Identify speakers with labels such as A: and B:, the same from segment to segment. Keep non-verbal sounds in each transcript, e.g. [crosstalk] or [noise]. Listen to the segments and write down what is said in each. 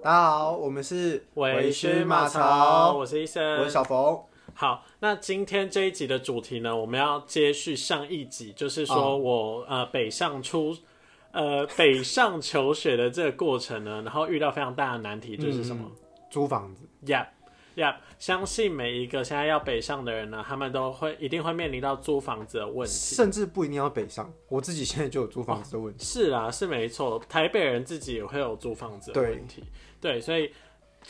A: 大家好，我们是
B: 维
A: 师
B: 师
A: 马
B: 马
A: 槽，
B: 槽，我是医生，
A: 我是小冯。
B: 好，那今天这一集的主题呢，我们要接续上一集，就是说
A: 哦
B: 我、呃北上出呃北上求学的这个过程呢，然后遇到非常大的难题，就是什么、
A: 嗯租房子，
B: y e p Yep，相信每一个现在要北上的人呢，他们都会一定会面临到租房子的问题。
A: 甚至不一定要北上，我自己现在就有租房子的问题。
B: 是啦，是没错，台北人自己也会有租房子的
A: 对
B: 问题，对，所以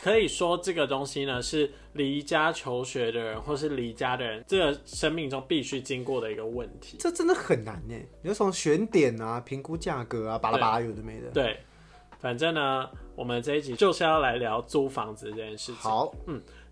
B: 可以说这个东西呢是离家求学的人或是离家的人，这个生命中必须经过的一个问题。
A: 这真的很难呢，你就从选点啊、评估价格啊、巴拉巴拉有的没的。
B: 对，反正呢，我们这一集就是要来聊租房子这件事情。
A: 好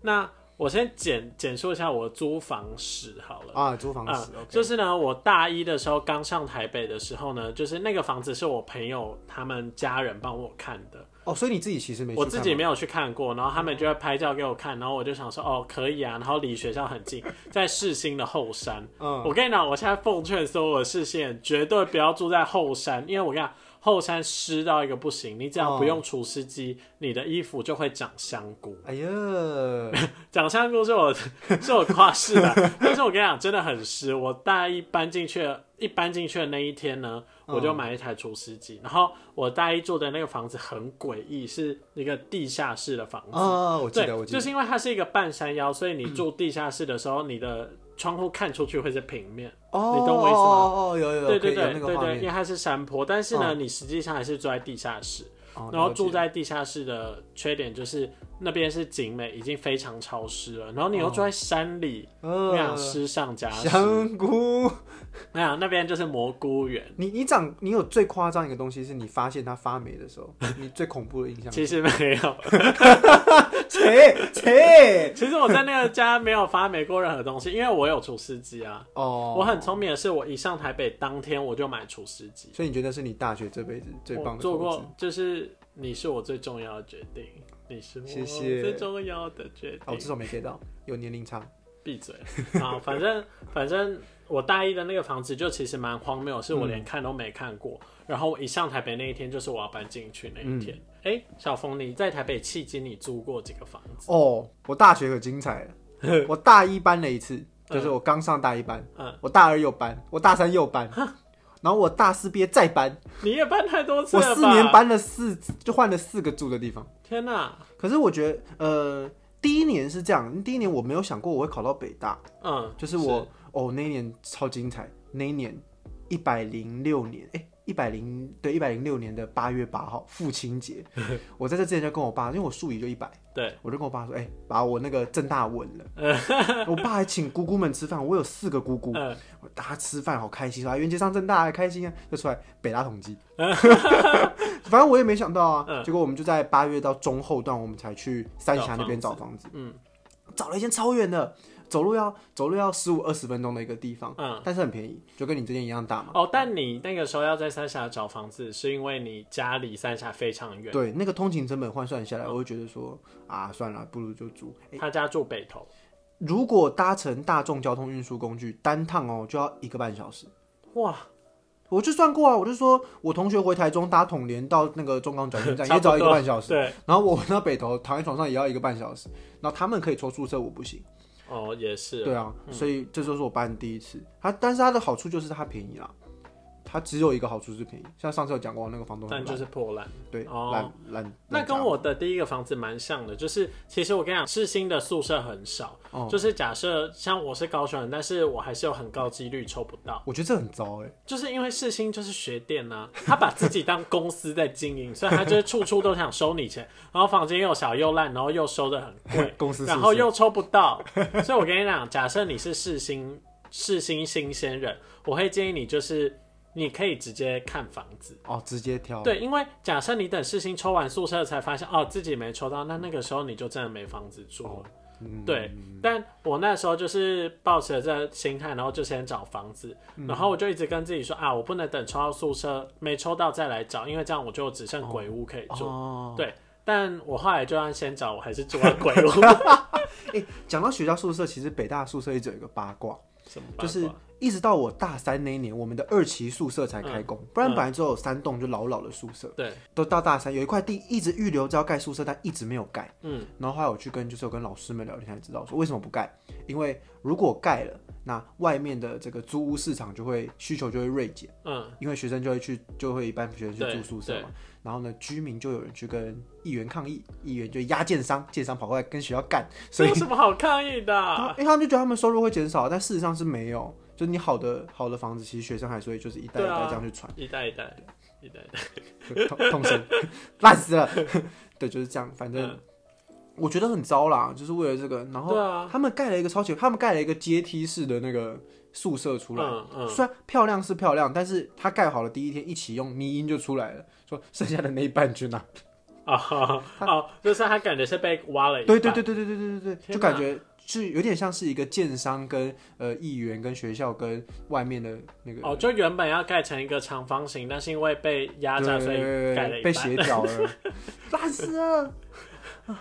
B: 那我先简简述一下我租房史好了。
A: 啊，租房子
B: 嗯，
A: ，OK，
B: 就是呢，我大一的时候刚上台北的时候呢，就是那个房子是我朋友他们家人帮我看的，
A: 哦，所以你自己其实没去
B: 我自己
A: 看吗
B: 没有去看过，然后他们就会拍照给我看，然后我就想说，哦，可以啊，然后离学校
A: [laughs]
B: 很近，在世新的后山。
A: 嗯，
B: 我跟你讲，我现在奉劝所有的视线绝对不要住在后山，因为我跟你讲，后山湿到一个不行，你只要不
A: 嗯
B: 用除湿机，你的衣服就会长香菇。
A: 哎
B: [laughs]
A: 呀，
B: 长香菇是我是我夸饰的，但是我跟你讲，真的很湿。我大一搬进去的，一搬进去的那一天呢，
A: 嗯
B: 我就买一台除湿机。然后我大一住的那个房子很诡异，是一个地下室的房子。
A: 啊，我记得，
B: 对
A: 我记
B: 就
A: 得，
B: 是因为它是一个半山腰，所以你住地下室的时候，你的窗户看出去会是平面。
A: 哦，
B: 你懂我意思吗
A: 哦，哦有有
B: 对
A: 有，可
B: 对
A: 以有
B: 对
A: 那
B: 对
A: 个画
B: 对，因为
A: 面，嗯
B: 它是山坡，但是呢，你实际上还是住在地下室。
A: 哦
B: 然后住。
A: 了解
B: 在地下室的缺点就是那边是景美，已经非常潮湿了。然后你又住在山里，那样
A: 哦呃，
B: 湿上加湿。
A: 香菇，
B: 那样那边就是蘑菇园。
A: 你你长你有最夸张一个东西是你发现它发霉的时候，你最恐怖的印象。
B: 其实没
A: [laughs]
B: 有，
A: 切切
B: 其实我在那个家没有发霉过任何东西，因为我有除湿机啊。
A: 哦，
B: 我很聪明的是，我一上台北当天我就买除湿机。
A: 所以你觉得是你大学这辈子最棒
B: 我
A: 的
B: 做
A: 投资
B: 过，就是你是我最重要的决定，你是我
A: 谢谢
B: 最重要的决定。
A: 哦，我至少没 get 到，有年龄差。
B: 闭嘴 [laughs] 啊！反正反正我大一的那个房子就其实蛮荒谬，是我连看都没看过。然后我一上台北那一天，就是我要搬进去那一天。
A: 嗯
B: 哎、小峰，你在台北迄今你租过几个房子？
A: 哦，我大学可精
B: [laughs]
A: 彩了，我大一搬了一次，就是我刚上大一搬，
B: 嗯
A: 我大二又搬，我大三又搬，然后我大四毕业再搬，
B: 你也搬太多次
A: 我
B: 了吧？
A: 四年。搬了四，就换了四个住的地方。
B: 天哪、
A: 可是我觉得，呃，第一年是这样，第一年我没有想过我会考到北大，
B: 嗯，
A: 就是我哦那一年超精彩，那一年一百零六年，哎、1一百零对一百零六年的八月八号父亲节，我在这之前就跟我爸，因为我数乙就一百，
B: 对，
A: 我就跟我爸说，哎、把我那个正大稳了。 [laughs] 我爸还请姑姑们吃饭，我有四个姑姑，
B: 嗯，
A: 我大家吃饭好开心啊，元街上正大还开心啊，就出来北大
B: [laughs]
A: 统计，
B: 嗯
A: 反正我也没想到啊，结果我们就在八月到中后段，我们才去三峡那边找房子，
B: 嗯
A: 找了一间超远的，走路要走路要十五二十分钟的一个地方，
B: 嗯。
A: 但是很便宜，就跟你这间一样大嘛。
B: 哦，但你那个时候要在三峡找房子，是因为你家离三峡非常远，嗯
A: 对，那个通勤成本换算下来，我会觉得说啊，算了，不如就租。
B: 他家住北投。
A: 如果搭乘大众交通运输工具，单趟哦就要一个半小时。
B: 哇，
A: 我就算过啊，我就说我同学回台中搭统联到那个中港转运站
B: [laughs] 差
A: 也
B: 不
A: 只要
B: 多
A: 一个半小时，
B: 对，
A: 然后我回到北投躺在床上也要一个半小时，然后他们可以抽宿舍，我不行。
B: 哦，也是，
A: 对啊，所以这就是我搬的第一次。它，但是它的好处就是它便宜啦。它只有一个好处是便宜，像上次有讲过那个房东很
B: 但
A: 烂，
B: 就是破烂。
A: 对，
B: 哦
A: 烂烂。
B: 那
A: 烂家
B: 跟我的第一个房子蛮像的，就是其实我跟你讲，世新的宿舍很少，就是假设像我是高雄人，但是我还是有很高几率抽不到，
A: 我觉得这很糟哎、
B: 就是因为世新就是学店呐、 [laughs] 他把自己当公司在经营，所以他就是处处都想收你钱，然后房间又小又烂，然后又收的很贵，
A: [laughs] 公司宿舍
B: 然后又抽不到，所以我跟你讲，假设你是世新世新新鲜人，我会建议你就是你可以直接看房子。
A: 哦，直接挑。
B: 对，因为假设你等世新抽完宿舍才发现哦自己没抽到，那那个时候你就真的没房子住了。
A: 嗯，
B: 对，但我那时候就是抱持了这个心态，然后就先找房子，
A: 嗯
B: 然后我就一直跟自己说啊，我不能等抽到宿舍没抽到再来找，因为这样我就只剩鬼屋可以住。
A: 哦，
B: 对，但我后来就算
A: [laughs]
B: 先找，我还是住了鬼屋。
A: 哎、讲到学校宿舍，其实北大宿舍一直有一个八卦，
B: 什么八卦？
A: 就是一直到我大三那一年，我们的二期宿舍才开
B: 嗯
A: 工，不然本来只有三栋就老老的宿舍，
B: 对，
A: 都到大三有一块地一直预留着要盖宿舍，但一直没有盖。
B: 嗯，
A: 然后后来我去跟就是有跟老师们聊天才知道说为什么不盖，因为如果盖了，那外面的这个租屋市场就会需求就会锐减，
B: 嗯，
A: 因为学生就会去就会一般学生去
B: 对
A: 住宿舍
B: 对
A: 嘛，然后呢居民就有人去跟议员抗议，议员就压建商，建商跑过来跟学校干，所
B: 这
A: 以
B: 有什么好抗议
A: [laughs]
B: 的
A: 然后
B: 啊？
A: 因为他们就觉得他们收入会减少，但事实上是没有。就是你好的好的房子，其实学生还是会就是一代一
B: 对啊
A: 代这样去传，
B: 一代一代，一代一代，
A: 痛痛声， [laughs] 烂死了。 [laughs] 对，就是这样。反正
B: 嗯
A: 我觉得很糟啦，就是为了这个。然
B: 对
A: 后
B: 啊，
A: 他们盖了一个超级，他们盖了一个阶梯式的那个宿舍出来，
B: 嗯嗯，
A: 虽然漂亮是漂亮，但是他盖好了第一天一启用，迷音就出来了，说剩下的那一半去哪？
B: [laughs] 哦哦，就是他感觉是被挖了一半，
A: 对对对对对对对对对，
B: 天
A: 就感觉是有点像是一个建商跟呃议员跟学校跟外面的那个
B: 哦，就原本要盖成一个长方形，但是因为被压榨，
A: 对
B: 所以改了一
A: 被
B: 半。
A: 协调
B: [laughs]
A: 了，啊烂死了。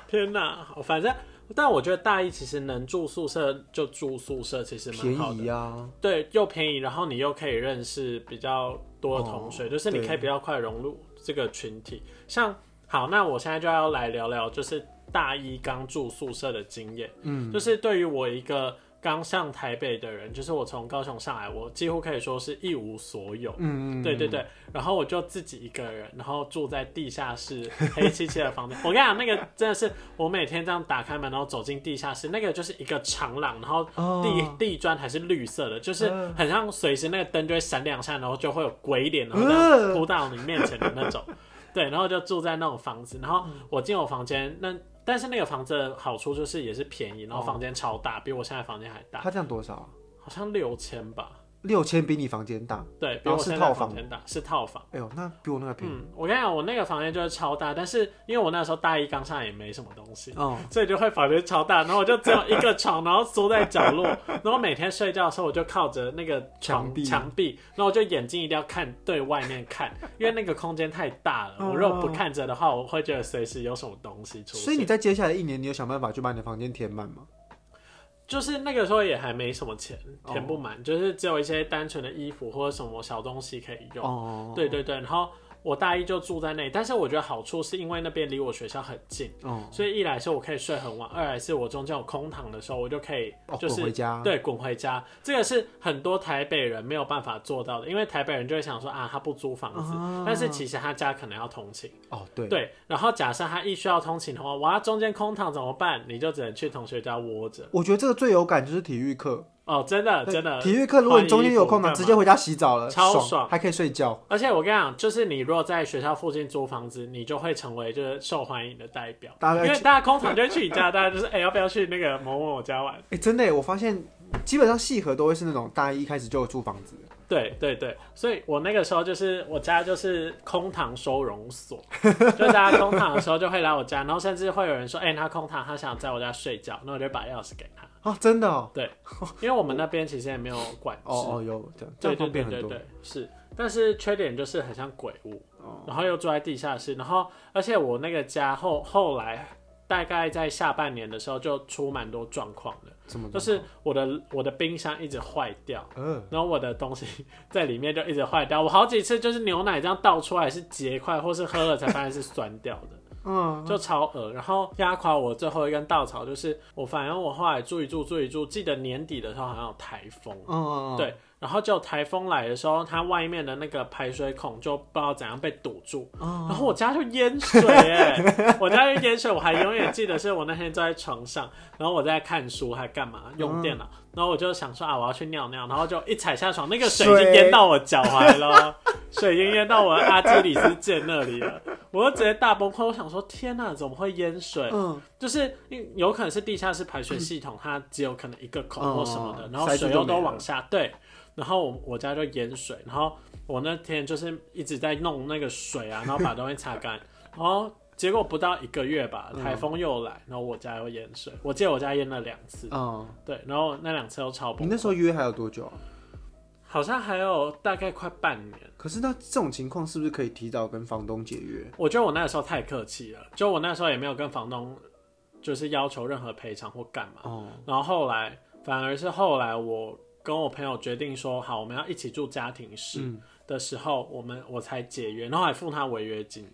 B: 天哪，好反正，但我觉得大一其实能住宿舍就住宿舍，其实蛮
A: 便
B: 好的。
A: 宜啊，
B: 对，又便宜，然后你又可以认识比较多的同学，
A: 哦
B: 就是你
A: 对
B: 可以比较快融入这个群体。像好，那我现在就要来聊聊，就是大一刚住宿舍的经验。
A: 嗯，
B: 就是对于我一个刚上台北的人，就是我从高雄上来，我几乎可以说是一无所有。
A: 嗯，嗯
B: 对对，对，然后我就自己一个人，然后住在地下室黑漆漆的房间。我跟你讲，那个真的是我每天这样打开门，然后走进地下室，那个就是一个长廊，然后
A: 哦
B: 地、地砖还是绿色的，就是
A: 嗯
B: 很像随时那个灯就会闪两下，然后就会有鬼脸，然后
A: 嗯
B: 这样扑到你面前的那
A: [laughs]
B: 种。对，然后就住在那种房子，
A: 嗯
B: 然后我进我房间，那但是那个房子的好处就是也是便宜，
A: 哦
B: 然后房间超大，比我现在房间还大，
A: 他这样多少啊？
B: 好像六千吧。
A: 六千比你房间大，
B: 对，比
A: 然
B: 我
A: 哦后是
B: 现在
A: 套
B: 房
A: 房
B: 间大，是套房。
A: 哎呦，那比我那个便宜。
B: 嗯，我跟你讲，我那个房间就是超大，但是因为我那时候大一刚上来也没什么东西，
A: 哦，
B: 所以就会房间超大，然后我就只有一个床，然后缩在角落， [laughs] 然后每天睡觉的时候我就靠着那个床
A: 墙壁
B: 墙壁，然后我就眼睛一定要看对外面看，因为那个空间太大了，
A: 哦
B: 我如果不看着的话，我会觉得随时有什么东西出现。
A: 所以你在接下来一年，你有想办法去把你的房间填满吗？
B: 就是那个时候也还没什么钱，填不
A: 哦
B: 满，就是只有一些单纯的衣服或者什么小东西可以用。
A: 哦，
B: 对，对对，然后我大一就住在那里，但是我觉得好处是因为那边离我学校很近，
A: 哦，
B: 所以一来是我可以睡很晚，二来是我中间有空堂的时候，我就可以
A: 哦，
B: 就
A: 滚
B: 是、
A: 回家。，
B: 对滚回家。这个是很多台北人没有办法做到的，因为台北人就会想说啊，他不租房子，
A: 啊
B: 但是其实他家可能要通勤，
A: 哦，对，
B: 对。然后假设他一需要通勤的话，哇，中间空堂怎么办？你就只能去同学家窝着。
A: 我觉得这个最有感就是体育课，
B: 哦，真的真的，
A: 体育课如果你中间有空
B: 换衣
A: 档，
B: 服
A: 直接回家洗澡了，
B: 超
A: 爽，
B: 爽
A: 还可以睡觉。
B: 而且我跟你讲，就是你如果在学校附近租房子，你就会成为就是受欢迎的代表，
A: 大
B: 因
A: 家
B: 为
A: 来去，
B: 大家空场就会去你家，大家就是哎、要不要去那个某某某家玩？
A: 哎，真的耶，我发现基本上系合都会是那种大一一开始就有住房子的，
B: 对对对，所以我那个时候就是我家就是空堂收容
A: [laughs]
B: 所，就大家空堂的时候就会来我家，然后甚至会有人说，哎、他空堂，他想在我家睡觉，那我就把钥匙给
A: [laughs]
B: 他，
A: 啊，真的哦，
B: 因为我们那边其实也没有管制，
A: 哦哦，有这样，这样
B: 对对
A: 方
B: 对
A: 便很
B: 对
A: 多。
B: 对，是，但是缺点就是很像鬼屋。
A: 哦，
B: 然后又住在地下室，然后而且我那个家后后来大概在下半年的时候就出蛮多状况的，
A: 怎么
B: 就是我的我的冰箱一直坏掉，
A: 嗯，
B: 然后我的东西 [laughs] 在里面就一直坏掉，我好几次就是牛奶这样倒出来是结块，或是喝了才发现是酸掉的。
A: 嗯，
B: 就超恶。然后压垮我最后一根稻草就是我，反正我后来住一住住一住，记得年底的时候好像有台风，
A: 嗯嗯，嗯，
B: 对，然后就台风来的时候，它外面的那个排水孔就不知道怎样被堵住，
A: 哦
B: 然后我家就淹水哎、我家就淹水，我还永远记得是我那天坐在床上，然后我在看书还干嘛用电脑，然后我就想说啊我要去尿尿，然后就一踩下床，那个水已经
A: 水
B: 淹到我脚踝了，水已经淹到我的阿基里斯腱那里了，我就直接大崩溃，我想说天呐、怎么会淹水？
A: 嗯，
B: 就是因有可能是地下室排水系统，它只有可能一个孔或什么的，
A: 嗯
B: 然后
A: 塞住
B: 水
A: 就
B: 又
A: 没
B: 都
A: 了
B: 往下，对，然后我我家就淹水，然后我那天就是一直在弄那个水
A: [laughs]
B: 啊，然后把东西擦干，然后结果不到一个月吧，
A: 嗯
B: 台风又来，然后我家又淹水，我记得我家淹了两次，
A: 嗯，
B: 对，然后那两次都超
A: 哦你
B: 崩，
A: 那时候约还有多久啊？
B: 好像还有大概快半年。
A: 可是那这种情况是不是可以提早跟房东解约？
B: 我觉得我那时候太客气了，就我那时候也没有跟房东就是要求任何赔偿或干嘛，
A: 哦，
B: 然后后来反而是后来我跟我朋友决定说好，我们要一起住家庭式
A: 嗯
B: 的时候，我们我才解约，然后还付他违约金。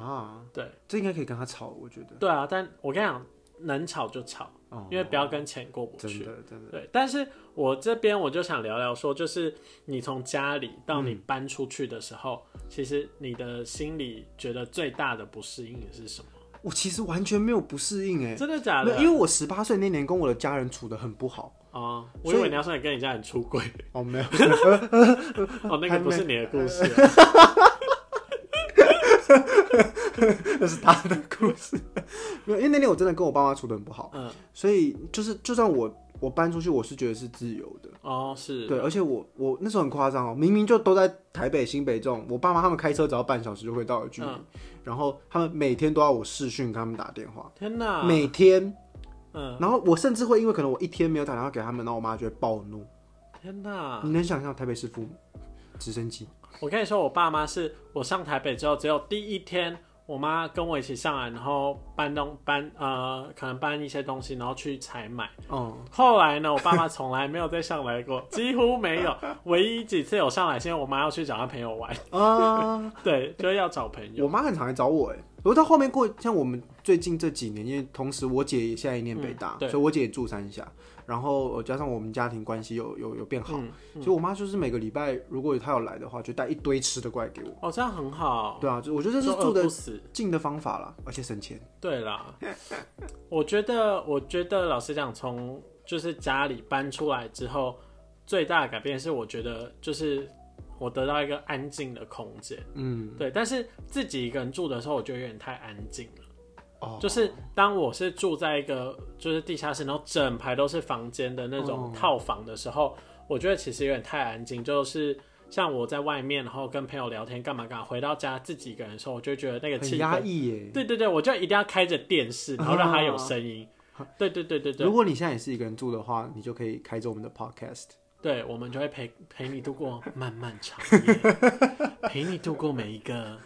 A: 啊，
B: 对
A: 这应该可以跟他吵，我觉得。
B: 对啊，但我跟你讲，能吵就吵，
A: 哦，
B: 因为不要跟钱过不去。
A: 真的真的，
B: 对，但是我这边我就想聊聊说，就是你从家里到
A: 嗯
B: 你搬出去的时候，其实你的心里觉得最大的不适应是什么？
A: 我其实完全没有不适应哎、
B: 真的假
A: 没
B: 的
A: 有？因为我十八岁那年跟我的家人处的很不 [laughs] 好。
B: 哦，
A: 所
B: 我
A: 以
B: 以为你要说你跟你家人
A: [laughs]
B: 出轨，
A: 哦，没有，
B: 哦，那个不是你的故事啊、
A: [laughs] 那是他的故事。没有，因为那年我真的跟我爸妈处的很不好，
B: 嗯，
A: 所以就是就算我我搬出去，我是觉得是自由的。
B: 哦，是，
A: 对，而且我我那时候很夸张哦，明明就都在台北、新北这种，我爸妈他们开车只要半小时就会到的距离，
B: 嗯
A: 然后他们每天都要我视讯跟他们打电话，
B: 天哪，
A: 每天，
B: 啊嗯，
A: 然后我甚至会因为可能我一天没有打电话给他们，然后我妈就会暴怒。
B: 天哪，
A: 你能想象台北市父母直升机？
B: 我跟你说，我爸妈是我上台北之后，只有第一天，我妈跟我一起上来，然后搬东搬呃，可能搬一些东西，然后去采买。 [laughs]
A: 哦，
B: 后来呢，我爸妈从来没有再上来过，几乎没有。唯一几次有上来，是因为我妈要去找她朋友玩， [laughs]
A: 啊，
B: 对，就是要找朋友。
A: 我妈很常来找我哎。我到后面过，像我们最近这几年，因为同时我姐也现在也念北大，
B: 嗯对
A: 所以我姐也住三峡，然后呃加上我们家庭关系有有有变好，
B: 嗯，
A: 所以我妈就是每个礼拜如果她有来的话，就带一堆吃的过来给我。
B: 哦，这样很好，
A: 对啊，就我觉得这是
B: 就饿
A: 住的
B: 不死。
A: 近的方法啦，而且省钱。
B: 对啦，我觉得，我觉得老实讲，从就是家里搬出来之后，最大的改变是，我觉得就是我得到一个安静的空间。
A: 嗯，
B: 对，但是自己一个人住的时候，我觉得有点太安静了。
A: 哦，
B: 就是当我是住在一个就是地下室，然后整排都是房间的那种
A: 哦
B: 套房的时候，我觉得其实有点太安静。就是像我在外面，然后跟朋友聊天干嘛干嘛，回到家自己一个人的时候，我就觉得那个
A: 很
B: 气
A: 压
B: 氛，
A: 抑耶。
B: 对对对，我就一定要开着电视，然后让它有声音。
A: 哦
B: 对对对对对
A: 如，果你现在也是一个人住的话，你就可以开着我们的 podcast。
B: 对我们就会陪陪你度过漫漫长夜，陪你度过每一个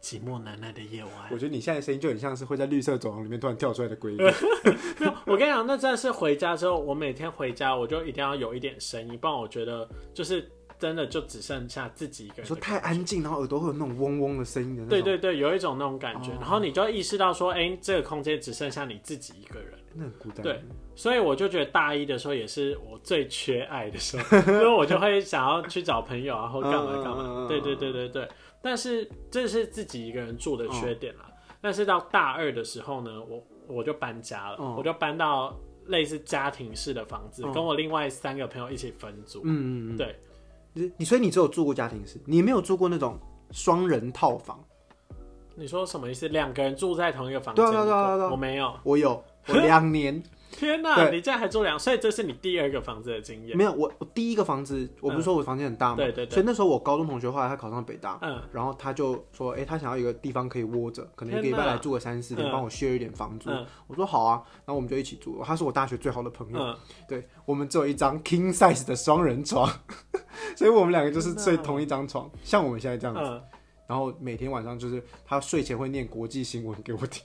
B: 寂寞难耐的夜晚。
A: 我觉得你现在的声音就很像是会在绿色走廊里面突然跳出来的龟。
B: 没有，我跟你讲，那真的是回家之后，我每天回家我就一定要有一点声音，不然我觉得就是真的就只剩下自己一个
A: 你
B: 人
A: 说
B: 的
A: 太
B: 感觉。
A: 安静，然后耳朵会有那种嗡嗡的声音的那种。
B: 对，对对，有一种那种感觉，
A: 哦
B: 然后你就意识到说，哎、这个空间只剩下你自己一个人。
A: 那很孤单。
B: 对，所以我就觉得大一的时候也是我最缺爱的时候，
A: [laughs]
B: 因为我就会想要去找朋友啊，或干嘛
A: 嗯
B: 干
A: 嗯嗯嗯
B: 嘛
A: 嗯。
B: 对对对对对，但是这是自己一个人住的缺点
A: 哦
B: 啦。但是到大二的时候呢，我我就搬家了，
A: 嗯
B: 我就搬到类似家庭式的房子
A: 嗯，
B: 跟我另外三个朋友一起分租。
A: 嗯嗯嗯，
B: 对，
A: 你你所以你只有住过家庭式，你没有住过那种双人套房。
B: 你说什么意思？两个人住在同一个房间？
A: 对啊对啊对啊对啊
B: 我没有。
A: 我
B: [laughs]
A: 有，我两年
B: 天哪，
A: 对
B: 你竟然还住两，所以这是你第二个房子的经验。
A: 没有。我我第一个房子，我不是说我房间很大吗？
B: 对对对
A: 所以那时候我高中同学后来他考上北大，
B: 嗯，
A: 然后他就说，哎、他想要一个地方可以窝着，可能一个礼
B: 天哪
A: 拜来住个三四天，
B: 嗯
A: 帮我 share 一点房租。
B: 嗯
A: 我说好啊，然后我们就一起住。他是我大学最好的朋友，
B: 嗯，
A: 对我们只有一张 king size 的双人床， [laughs] 所以我们两个就是
B: 天哪
A: 睡同一张床，像我们现在这样子。
B: 嗯
A: 然后每天晚上就是他睡前会念国际新闻给我听。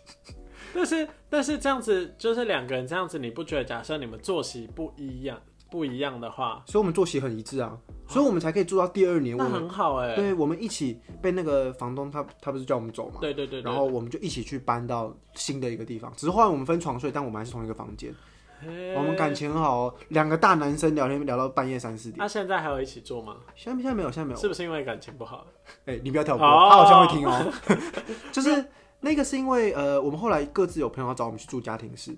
B: 但是但是这样子，就是两个人这样子，你不觉得？假设你们作息不一样，不一样的话，
A: 所以我们作息很一致啊，所以我们才可以住到第二年。我
B: 那
A: 们
B: 很好哎、
A: 对，我们一起被那个房东他他不是叫我们走嘛，
B: 对对对对，
A: 然后我们就一起去搬到新的一个地方。只是后来我们分床睡，但我们还是同一个房间。
B: 嘿
A: 我们感情很好哦，两个大男生聊天聊到半夜三四点。
B: 那、啊现在还有一起做吗？
A: 现在现在没有，现在没有。
B: 是不是因为感情不好？
A: 哎、你不要挑拨，
B: 哦
A: 他好像会听哦。
B: [laughs]
A: 就是那个是因为呃，我们后来各自有朋友要找我们去住家庭式，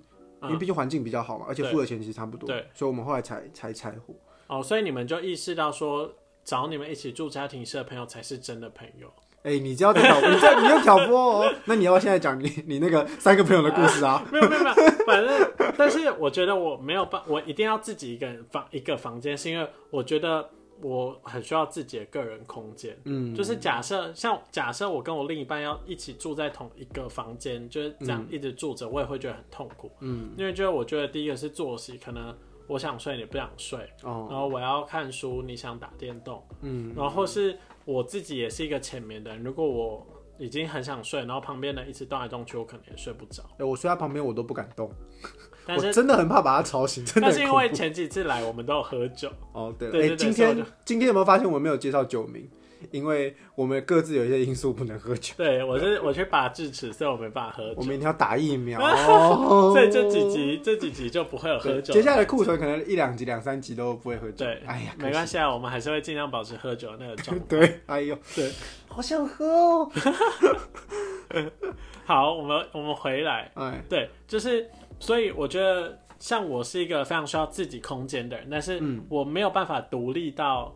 A: 因为
B: 嗯，
A: 毕竟环境比较好嘛，而且
B: 对
A: 付的钱其实差不多，
B: 对，
A: 所以我们后来才才拆伙。
B: 哦，所以你们就意识到说，找你们一起住家庭式的朋友才是真的朋
A: [laughs]
B: 友。
A: 哎、你这要挑，你这你又挑拨哦。 [laughs] 那你要不要现在讲你你那个三个朋友的故事啊？
B: 没有没有没有，反正，但是我觉得我没有办，我一定要自己一个人房一个房间，是因为我觉得我很需要自己的个人空间。
A: [laughs] 嗯，
B: 就是假设像假设我跟我另一半要一起住在同一个房间，就是这样一直住着，我也会觉得很痛苦。
A: 嗯，
B: 因为就是我觉得第一个是作息，可能我想睡你不想睡，
A: 哦，
B: 然后我要看书你想打电动，
A: 嗯
B: 然后或是我自己也是一个浅眠的人，如果我已经很想睡，然后旁边的一直动来动去，我可能也睡不着。
A: 哎我睡在旁边我都不敢动，
B: 但
A: 我
B: 是
A: 真的很怕把他吵醒，真的
B: 但
A: 很
B: 是因
A: 恐
B: 为
A: 怖
B: 前几次来我们都有喝酒，
A: 哦，对了，
B: 对
A: 哎、
B: 对对
A: 今
B: 所以
A: 天今天有没有发现我没有介绍酒名？因为我们各自有一些因素不能喝酒，
B: 对我是我去拔智齿，所以我没办法喝
A: 我
B: 酒，
A: 们一定要打疫
B: [laughs]
A: 苗。哦
B: 所以这几集这几集就不会有喝
A: 对
B: 酒。
A: 接下来库存可能一两集、两三集都不会喝酒。
B: 对，
A: 哎呀，
B: 没关
A: 系。
B: 系啊，我们还是会尽量保持喝酒的那个 [laughs] 状态。
A: [laughs] 对，哎呦，
B: 对，
A: 好想喝哦。
B: 好，我们我们回来，
A: 哎，
B: 对，就是所以我觉得像我是一个非常需要自己空间的人，但是
A: 嗯
B: 我没有办法独立到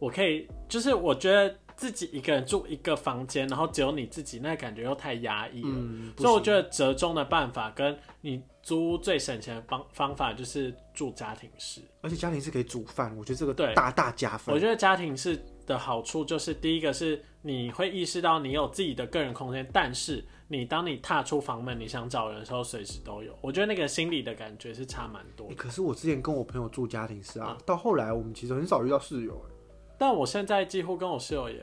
B: 我可以，就是我觉得自己一个人住一个房间，然后只有你自己，那感觉又太压抑了。
A: 嗯，
B: 所以我
A: 得
B: 觉得折中的办法跟你租最省钱的方方法就是住家庭式。
A: 而且家庭是可以煮饭，我觉得这个
B: 对
A: 大大加分。
B: 我觉得家庭式的好处就是，第一个是你会意识到你有自己的个人空间，但是你当你踏出房门，你想找人的时候，随时都有。我觉得那个心理的感觉是差蛮多嗯
A: 欸
B: 的。
A: 可是我之前跟我朋友住家庭式啊，到后来我们其实很少遇到室友、欸，
B: 但我现在几乎跟我室友也，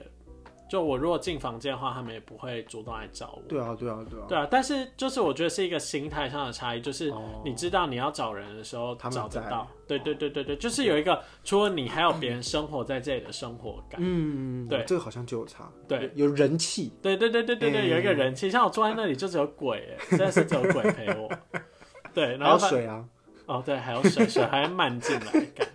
B: 就我如果进房间的话，他们也不会主动来找我。
A: 对啊，对啊，对啊，
B: 对啊，但是就是我觉得是一个心态上的差异，就是
A: 哦
B: 你知道你要找人的时候
A: 他们
B: 找得
A: 在
B: 到，对对对对对，就是有一个除了你还有别人生活在这里的生活感，
A: 嗯，
B: 对
A: 这个好像就有差，
B: 对，
A: 有人气，
B: 对对对对对对，
A: 嗯
B: 有一个人气，像我坐在那里就只有鬼，哎，真的是只有鬼陪我，对，
A: 还
B: 然后
A: 有
B: 反
A: 水啊，
B: 哦对，还有水水还漫进来，干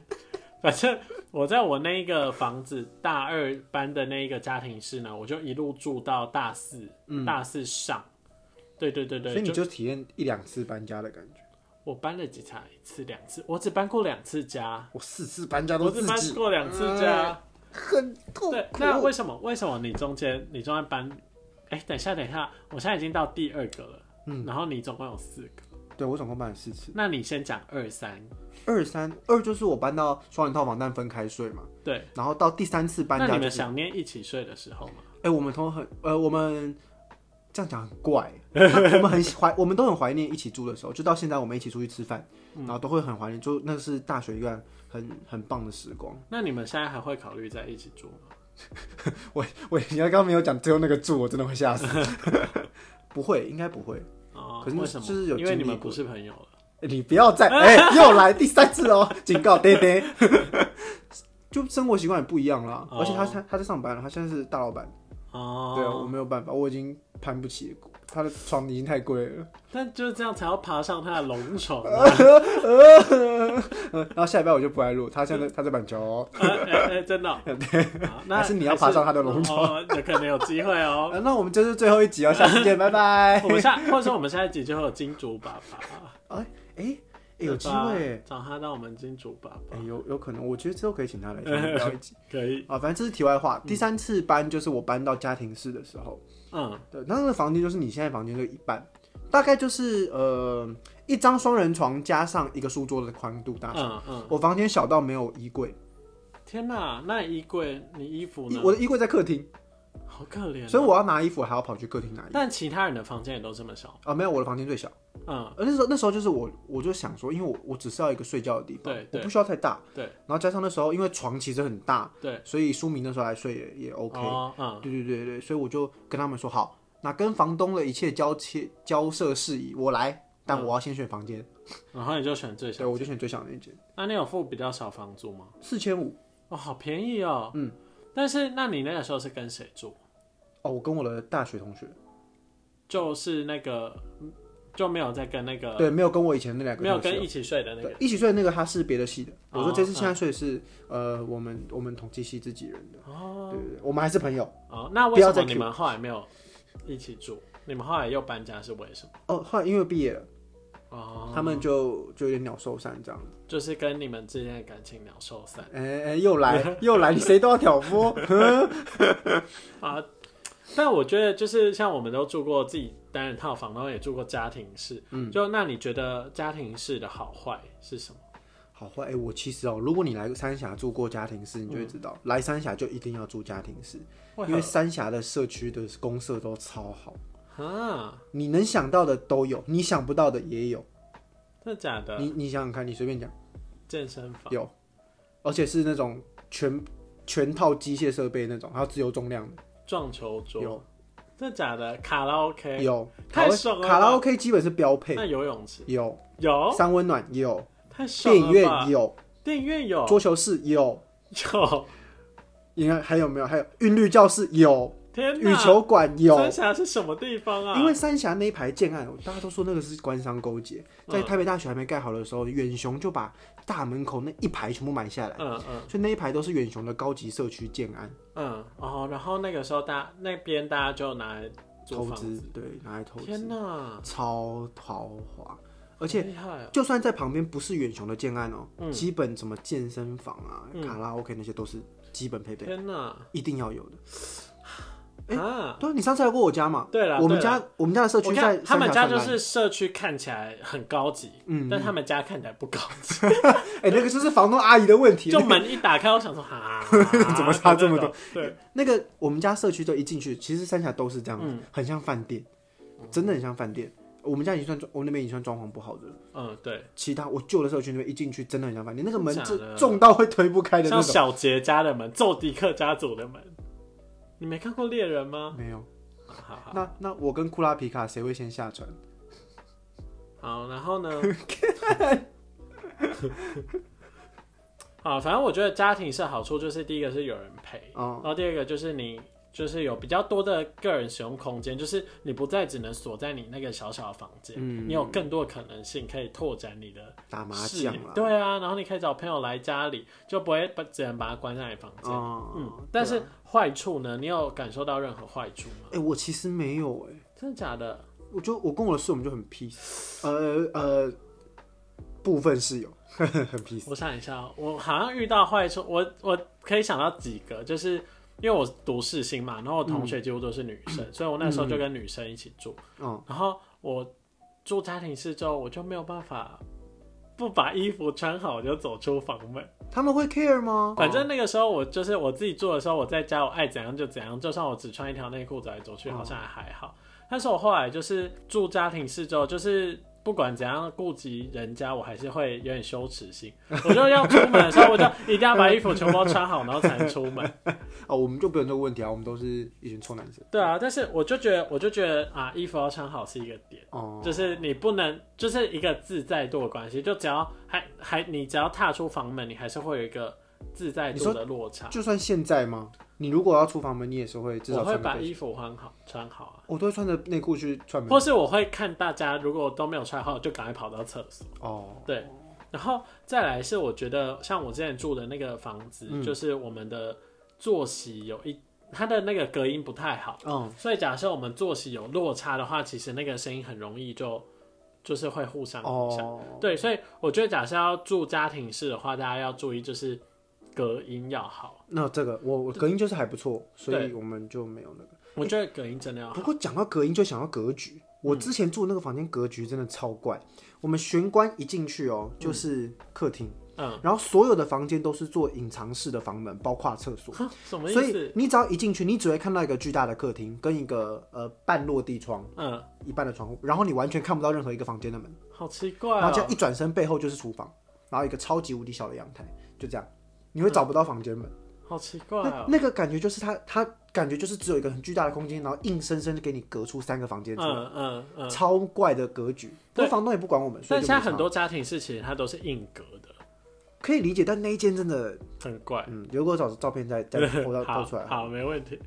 B: 反正我在我那一个房子大二班的那一个家庭室呢，我就一路住到大四，
A: 嗯，
B: 大四上，对对对
A: 所以
B: 对，
A: 你
B: 就
A: 就体验一两次搬家的感觉。
B: 我搬了几次啊，一次两次，我只搬过两次家，
A: 我四次搬家
B: 我
A: 都
B: 只
A: 自
B: 搬
A: 己，
B: 过两次家。
A: 很痛
B: 对，
A: 苦。
B: 那为什么？为什么你中间你中间搬？哎、等一下，等一下，我现在已经到第二个了，
A: 嗯
B: 然后你总共有四个，
A: 对我总共搬了四次，
B: 那你先讲二三，
A: 二三二就是我搬到双人套房，但分开睡嘛。
B: 对，
A: 然后到第三次搬
B: 那
A: 家
B: 你
A: 就
B: 们
A: 是，哎、
B: 想念一起睡的时候吗？
A: 我们同很呃，我们这样讲很怪， [laughs] 我们很怀，我们都很怀念一起住的时候，就到现在我们一起出去吃饭，然后都会很怀念，就那是大学一段很很棒的时光。
B: 那你们现在还会考虑在一起住吗？
A: 我我你要刚刚没有讲最后那个住，我真的会吓死。 [laughs] 不会，应该不会。
B: 哦，
A: 可是
B: 为什么？
A: 就是有
B: 因为
A: 经历
B: 你们
A: 过
B: 不是朋友了。
A: 你不要 [laughs] 再哎、又来第三次哦，警告爹爹。 [laughs] 就生活习惯也不一样啦，
B: 哦
A: 而且他他他在上班了，他现在是大老板，
B: 哦，
A: 对啊，我没有办法，我已经攀不起，他的床已经太贵了。
B: 但就是这样才要爬上他的龙床
A: [laughs]
B: 啊、
A: 嗯，然后下礼拜我就不来录，他现在他在板桥哦，
B: 呃呃呃真的哦、好那
A: 还是你要爬上他的龙
B: 床，哦有可能有机会哦。
A: [laughs] 啊那我们这是最后一集哦，下次
B: [laughs]
A: 见，拜拜。 [laughs]
B: 我们下，或者说我们下一集就会有金主爸爸。
A: 哎哎哎，有机
B: 对
A: 会
B: 吧，找他当我们金主爸爸
A: 哎，有有可能，我觉得之后可以请他
B: [laughs]
A: 来聊一集
B: 可以。
A: 啊。反正这是题外话。第三次搬就是我搬到家庭式的时候，
B: 嗯，
A: 对，那那个房间就是你现在房间的一半，大概就是呃一张双人床加上一个书桌的宽度大小。
B: 嗯嗯，
A: 我房间小到没有衣柜，
B: 天哪，那你衣柜你衣服
A: 衣
B: 呢？
A: 我的衣柜在客厅，
B: 好可怜哦。
A: 所以我要拿衣服还要跑去客厅拿衣服。
B: 但其他人的房间也都这么小。
A: 啊，没有，我的房间最小。
B: 嗯，
A: 啊而那时候那时候就是我我就想说，因为我我只是要一个睡觉的地方
B: 对，
A: 我
B: 对
A: 不需要太大。
B: 对。
A: 然后加上那时候因为床其实很大，
B: 对
A: 所以书明那时候来睡也也 OK。
B: 哦，嗯，
A: 对对对对，所以我就跟他们说好，那跟房东的一切交切交涉事宜我来，但我要先选房间，
B: 然后你就啊选最
A: 对，
B: 小。
A: 我就选最小的那间，
B: 那你有付比较少房租吗？
A: 四千五。
B: 哦，好便宜哦。嗯，但是那你那个时候是跟谁住？
A: 哦，我跟我的大学同学，
B: 就是那个就没有在跟那个
A: 对，没有跟我以前那两个
B: 没有
A: 同学，
B: 跟一起睡的那个。
A: 对，一起睡的那个他是别的系的，我说
B: 哦
A: 这次现在睡的是呃我们我们统计系自己人的，
B: 哦
A: 对对对，我们还是朋友。
B: 哦，那为
A: 不要
B: 什
A: 再
B: 么你们后来没有一起住？你们后来又搬家是为什么？
A: 哦，后来因为毕业了，
B: 哦，
A: 他们就就有点鸟兽散这样。
B: 就是跟你们之间的感情鸟兽散
A: 哎、哎，又 [laughs] 来又来，你谁都要挑拨。
B: 啊。但我觉得就是像我们都住过自己单人套房，然后也住过家庭式，嗯，就那你觉得家庭式的好坏是什么？
A: 好坏，哎、我其实哦，如果你来三峡住过家庭式，你就会知道，来三峡就一定要住家庭式，
B: 为
A: 因嗯为三峡的社区的公社都超好，
B: 啊，
A: 你能想到的都有，你想不到的也有。
B: 真的假的？
A: 你你想想看，你随便讲
B: 健身房
A: 有，而且是那种全全套机械设备那种，还有自由重量的
B: 撞球桌
A: 有，
B: 真的假的？卡拉 OK
A: 有
B: 太爽了吧
A: 卡拉 OK 基本是哦标配，
B: 那游泳池
A: 有
B: 有，
A: 三温暖有，
B: 太爽
A: 电影
B: 了
A: 院
B: 吧！
A: 有，
B: 电影院有
A: 桌球室有，
B: 有，
A: 你看还有没有？还有韵律教室有，
B: 天哪！
A: 羽球馆有。
B: 三峡是什么地方啊？
A: 因为三峡那一排建案，大家都说那个是官商勾结，在
B: 嗯
A: 台北大学还没盖好的时候，远雄就把大门口那一排全部买下来，
B: 嗯嗯
A: 所以那一排都是远雄的高级社区建案
B: 嗯哦，然后那个时候大那边大家就拿来租
A: 投
B: 房
A: 资，对，拿来投
B: 天
A: 资，
B: 哪，
A: 超豪华。而且
B: 好厉害哦，
A: 就算在旁边不是远雄的建案哦、
B: 嗯
A: 基本什么健身房啊、
B: 嗯
A: 卡拉 OK 那些都是基本配备，
B: 天哪
A: 一定要有的。
B: 啊！
A: 对啊，你上次来过我家嘛？
B: 对啦
A: 我们
B: 对啦
A: 家我们家的社
B: 我
A: 区在
B: 看他们
A: 三峡
B: 家
A: 上
B: 就
A: 岸
B: 是社区看起来很高级，
A: 嗯，
B: 但他们家看起来不高
A: [laughs]
B: 级，
A: 哎、那个就是房东阿姨的问题，
B: 就门一打开，我想说哈，
A: [laughs] 怎么差这么多
B: 就那种？对，
A: 那个我们家社区就一进去，其实三峡都是这样子，
B: 嗯
A: 很像饭店，真的很像饭店。我们家已经算装，我们那边已经算装潢不好的了。
B: 嗯对，
A: 其他我旧的社区那边一进去，真的很像饭店，那个门
B: 真假的
A: 是重到会推不开的那
B: 像
A: 种。
B: 小杰家的门，奏迪克家族的门，你没看过猎人吗？
A: 没有，
B: 好好好
A: 那那我跟库拉皮卡谁会先下船？
B: 好，然后呢？
A: [laughs]
B: [laughs] 啊，反正我觉得家庭是好处，就是第一个是有人陪，
A: 哦
B: 然后第二个就是你就是有比较多的个人使用空间，就是你不再只能锁在你那个小小的房间，
A: 嗯
B: 你有更多的可能性可以拓展你的
A: 打麻
B: 视野
A: 将。啦。
B: 对啊，然后你可以找朋友来家里，就不会把只能把它关在你房间。
A: 哦
B: 嗯，但是坏处呢？你有感受到任何坏处吗
A: 哎、？我其实没有哎、
B: 真的假的？
A: 我就我跟我的室友们就很 peace，呃呃，部分室友 [laughs] 很 peace。
B: 我想一下哦，我好像遇到坏处，我我可以想到几个，就是因为我读世新嘛，然后我同学几乎都是女生，所以我那时候就跟女生一起住，
A: 嗯，
B: 然后我住家庭式之后，我就没有办法。不把衣服穿好我就走出房门，
A: 他们会 care 吗？
B: 反正那个时候我就是我自己住的时候，我在家我爱怎样就怎样，就算我只穿一条内裤走来走去，
A: 哦
B: 好像还好。
A: 嗯
B: 但是我后来就是住家庭式之后，就是不管怎样顾及人家，我还是会有点羞耻心。我就要出门的时候，我就一定要把衣服全部都穿好，然后才能出门。
A: 哦，我们就不用这个问题啊，我们都是一群臭男生。
B: 对啊，但是我就觉得，我就觉得啊，衣服要穿好是一个点。
A: 哦，
B: 就是你不能，就是一个自在度的关系，就只要还还你只要踏出房门，你还是会有一个自在
A: 你说
B: 度的落差。
A: 就算现在吗？你如果要出房门，你也是会至
B: 我
A: 少
B: 会
A: 穿个
B: 把
A: 背心
B: 衣服穿好穿好啊，
A: 我都会穿着内裤去串门。
B: 或是我会看大家如果都没有穿好，就赶快跑到厕所。
A: 哦，
B: 对，然后再来是我觉得像我之前住的那个房子，
A: 嗯
B: 就是我们的作息有一它的那个隔音不太好，
A: 嗯，
B: 所以假设我们作息有落差的话，其实那个声音很容易就就是会互相影响。
A: 哦，
B: 对，所以我觉得假设要住家庭式的话，大家要注意就是隔音要好。
A: 那这个我我隔音就是还不错，所以
B: 对
A: 我们就没有那个。
B: 我觉得隔音真的要
A: 不
B: 好。嗯
A: 过讲到隔音，就想到格局。我之前住那个房间格局真的超怪，我们玄关一进去哦，就是客厅，
B: 嗯，
A: 然后所有的房间都是做隐藏式的房门，包括厕所。
B: 哼什么意
A: 所
B: 思
A: 以？你只要一进去，你只会看到一个巨大的客厅跟一个呃半落地窗，
B: 嗯，
A: 一半的窗户，然后你完全看不到任何一个房间的门。
B: 好奇怪、
A: 然后这
B: 哦。
A: 样一转身，背后就是厨房，然后一个超级无敌小的阳台，就这样，你会找不到房间门。
B: 好奇怪
A: 那
B: 哦、
A: 那个感觉就是它，它感觉就是只有一个很巨大的空间，然后硬生生地给你隔出三个房间
B: 嗯
A: 出来，
B: 嗯嗯。
A: 超怪的格局。不过房东也不管我们，所
B: 但
A: 以就
B: 现在
A: 没差
B: 很多家庭是其实它都是硬隔的，
A: 可以理解，但那一间真的，
B: 很怪。
A: 嗯，有给我找照片再
B: [laughs]
A: 再抛到
B: 好
A: 抛出来。
B: 好，没问题。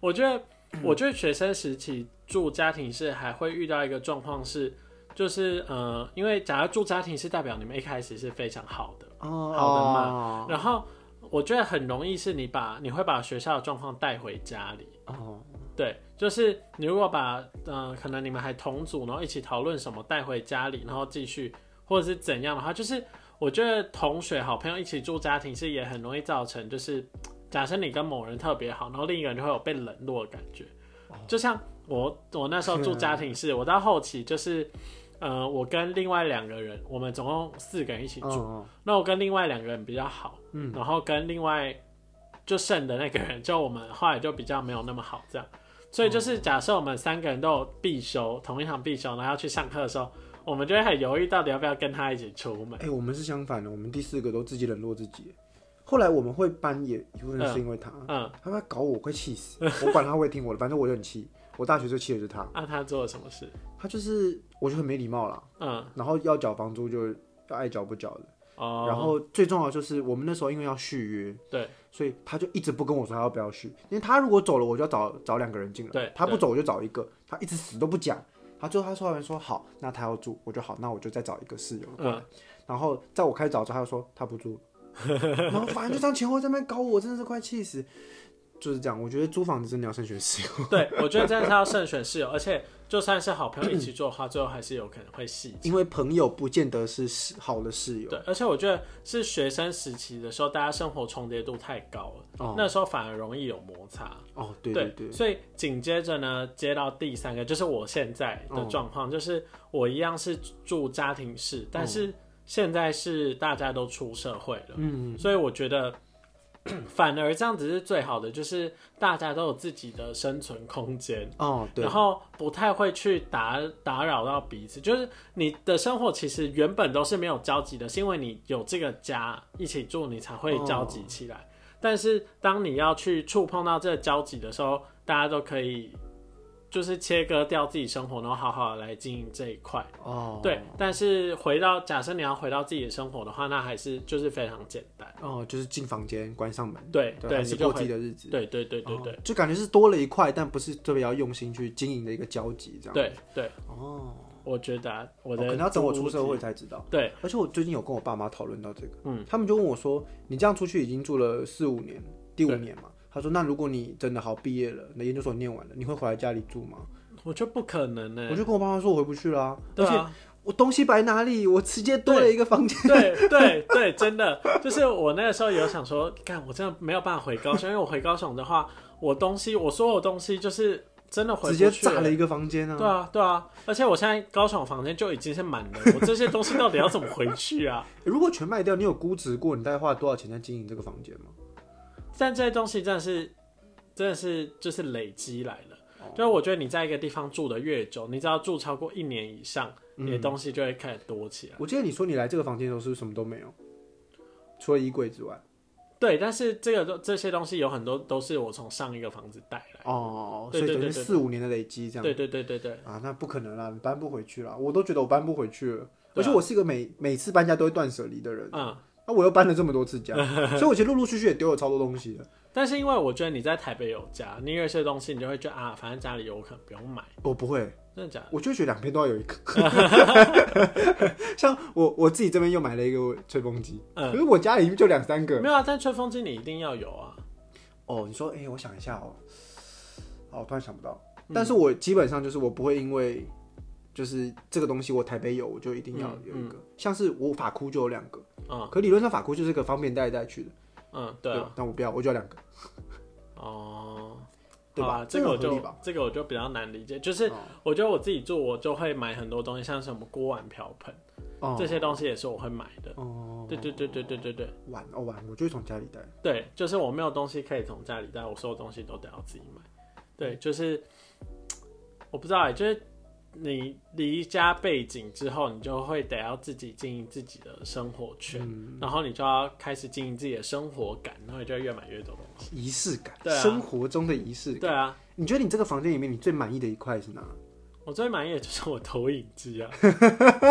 B: 我觉
A: [clears throat]
B: 得，我觉得学生时期住家庭式还会遇到一个状况是，就是呃，因为假如住家庭式，代表你们一开始是非常好的，
A: 哦，
B: 好的
A: 嘛，
B: 然后我觉得很容易是你把你会把学校的状况带回家里。
A: 哦，
B: 对，就是你如果把嗯、呃可能你们还同组，然后一起讨论什么带回家里，然后继续或者是怎样的话，就是我觉得同学、好朋友一起住家庭是也很容易造成，就是假设你跟某人特别好，然后另一个人就会有被冷落的感觉。就像我我那时候住家庭是，我到后期就是。呃，我跟另外两个人，我们总共四个人一起住。
A: 嗯
B: 那我跟另外两个人比较好，
A: 嗯
B: 然后跟另外就剩的那个人，就我们后来就比较没有那么好这样。所以
A: 哦
B: 就是假设我们三个人都有必修同一堂必修，然后要去上课的时候，我们就会很犹豫到底要不要跟他一起出门。
A: 哎，我们是相反的，我们第四个都自己冷落自己。后来我们会搬也一部分是因为他，
B: 嗯，
A: 他妈搞我，我快气死！我管他会不会听我的，反正我就很气。我大学最气的就是他，
B: 那、啊他做了什么事？
A: 他就是我觉得很没礼貌啦。
B: 嗯，
A: 然后要缴房租就要爱缴不缴的。
B: 哦，
A: 然后最重要的就是我们那时候因为要续约，
B: 对，
A: 所以他就一直不跟我说他要不要续，因为他如果走了，我就要找找两个人进来。
B: 对
A: 他不走我就找一个，他一直死都不讲。他最后他说完说好，那他要住，我就好，那我就再找一个室友过
B: 嗯
A: 来。然后在我开始找之后，他就说他不
B: [laughs]
A: 住，然后反正就这样前后在那边搞我，真的是快气死。就是这样，我觉得租房子真的要慎选室
B: [laughs]
A: 友。
B: 对，我觉得真的是要慎选室友，而且就算是好朋友一起做的话，最后还是有可能会细
A: 因为朋友不见得是室好的室友
B: 对，而且我觉得是学生时期的时候，大家生活重叠度太高了，
A: 哦
B: 那时候反而容易有摩擦。
A: 哦，对对对，
B: 所以紧接着呢，接到第三个就是我现在的状
A: 嗯
B: 况，就是我一样是住家庭式，但是
A: 嗯
B: 现在是大家都出社会了，嗯，所以我觉得 [clears throat] 反而这样子是最好的，就是大家都有自己的生存空间。
A: 哦对
B: 然，后不太会去打打扰到彼此，就是你的生活其实原本都是没有交集的，是因为你有这个家一起住，你才会交集起
A: 哦
B: 来。但是当你要去触碰到这个交集的时候，大家都可以就是切割掉自己生活，然后好好地来经营这一块。
A: 哦
B: 对，但是回到假设你要回到自己的生活的话，那还是就是非常简单。
A: 哦，就是进房间关上门，
B: 对
A: 还
B: 你
A: 是
B: 就
A: 过自己的
B: 会
A: 日子。
B: 对对对对对
A: 哦，就感觉是多了一块，但不是特别要用心去经营的一个交集这样。
B: 对对，
A: 哦，
B: 我觉得啊我
A: 我
B: 的
A: 可能要等我
B: 租
A: 出
B: 屋
A: 社会
B: 体
A: 才知道。
B: 对，
A: 而且我最近有跟我爸妈讨论到这个，
B: 嗯，
A: 他们就问我说：“你这样出去已经住了四五年，第五
B: 对
A: 年嘛？”他说：“那如果你真的好毕业了，你的研究所念完了，你会回来家里住吗
B: 我觉得不可能呢、？”欸
A: 我就跟我爸妈说：“我回不去啦、
B: 对
A: 而且
B: 啊，
A: 我东西摆哪里？我直接多了一个房间。
B: 对对对，真的，就是我那个时候有想说，干，我真的没有办法回高雄，因为我回高雄的话，我东西，我所有东西就是真的回
A: 直接
B: 不去
A: 炸了一个房间啊！
B: 对啊，对啊，而且我现在高雄房间就已经是满
A: [laughs]
B: 的，我这些东西到底要怎么回去啊？
A: 哎如果全卖掉，你有估值过你大概花了多少钱在经营这个房间吗？
B: 但这些东西真的是，真的是就是累积来的。就是我觉得你在一个地方住的越久，你只要住超过一年以上，
A: 嗯
B: 你的东西就会开始多起来。
A: 我记得你说你来这个房间的时候是不是什么都没有，除了衣柜之外。
B: 对，但是这个都这些东西有很多都是我从上一个房子带来的。
A: 哦，所
B: 对
A: 以等
B: 对
A: 于
B: 对对
A: 四五年的累积这样。
B: 对对对对对，
A: 啊，那不可能啦，你搬不回去啦！我都觉得我搬不回去了，而
B: 对啊
A: 且我是一个每每次搬家都会断舍离的人，
B: 嗯，
A: 那、我又搬了这么多次
B: [laughs]
A: 家，所以我其实陆陆续续也丢了超多东西的。
B: 但是因为我觉得你在台北有家，你有一些东西你就会觉得啊，反正家里有，我可能不用买，
A: 我不会，
B: 真的假的？
A: 我就觉得两边都要有一个。
B: [laughs]
A: [laughs] 像我我自己这边又买了一个吹风机，
B: 嗯
A: 可是我家里就两三个。
B: 没有啊，但吹风机你一定要有啊。
A: 哦，你说，哎、我想一下哦，哦，我突然想不到。
B: 嗯
A: 但是我基本上就是我不会因为就是这个东西我台北有，我就一定要有一个。像是我法库就有两个，
B: 嗯
A: 可理论上法库就是个方便带来带去的，
B: 嗯，对啊，
A: 吧但我不要，我就要两个。
B: 哦，
A: 对吧
B: 好啊这
A: 这
B: 个
A: 个
B: 我
A: 合理
B: 就
A: 吧哦
B: 这个我就比较难理解，就是我觉得我自己住，我就会买很多东西，像什么锅碗瓢盆
A: 哦
B: 这些东西也是我会买的。
A: 哦，
B: 对对对对对对对
A: 碗哦碗，我就会从家里带。
B: 对，就是我没有东西可以从家里带，我所有东西都得要自己买。对，就是我不知道欸，就是你离家背景之后，你就会得要自己经营自己的生活圈，然后你就要开始经营自己的生活感，然后你就会越买越多东西。
A: 仪式感，
B: 对啊
A: 生活中的仪式
B: 对
A: 感。
B: 啊，
A: 你觉得你这个房间里面你最满意的一块是哪？
B: 我最满意的就是我投影机啊，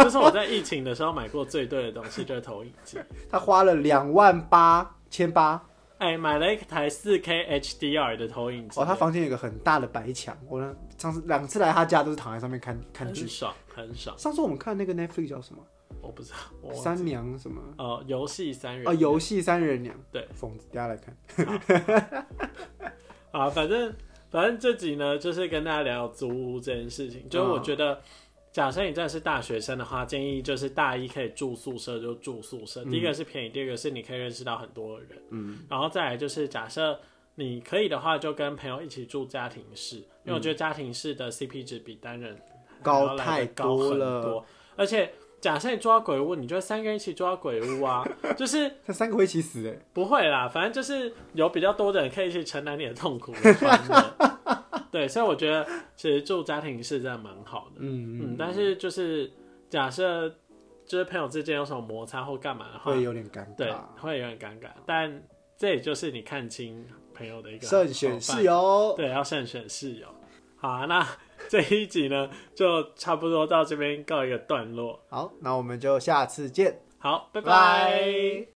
B: 就是我在疫情的时候买过最对的东西就是投影机。
A: 他花了两万八千八，
B: 哎、买了一台四 K HDR 嗯的投影机，
A: 哦，他房间有一个很大的白墙，我呢上次两次来他家都是躺在上面看看
B: 很
A: 剧。
B: 爽，很爽。
A: 上次我们看那个 Netflix 叫什么？
B: 我不知道，我
A: 三娘什么？
B: 呃游戏三人
A: 啊，游戏三人娘。
B: 对，
A: 疯子，等一下来
B: [laughs]
A: 看。
B: 啊，反正反正这集呢，就是跟大家聊租屋这件事情。
A: 嗯
B: 就是我觉得，假设你真的是大学生的话，建议就是大一可以住宿舍就住宿
A: 嗯
B: 舍。第一个是便宜，第二个是你可以认识到很多人。嗯，然后再来就是假设你可以的话，就跟朋友一起住家庭式，因为我觉得家庭式的 CP 值比单人
A: 高
B: 还要来得
A: 太
B: 高
A: 多
B: 很
A: 了
B: 多而且。假设你住到鬼屋，你就三个人一起住到鬼屋啊， [laughs] 就是
A: 他三个会一起死哎、
B: 不会啦，反正就是有比较多的人可以去承担你的痛苦跟欢
A: [laughs]
B: 乐。对，所以我觉得其实住家庭式真的蛮好的。
A: 嗯
B: 嗯，但是就是假设就是朋友之间有什么摩擦或干嘛的话
A: 会，有点尴
B: 啊对
A: 尬。，
B: 会有点尴尬。但这也就是你看清朋友的一个
A: 慎选哦
B: 好办法
A: 室友，
B: 对，要慎选室友。好、啊，那这一集呢，就差不多到这边告一个段落。
A: 好，那我们就下次见，
B: 好，拜
A: 拜拜。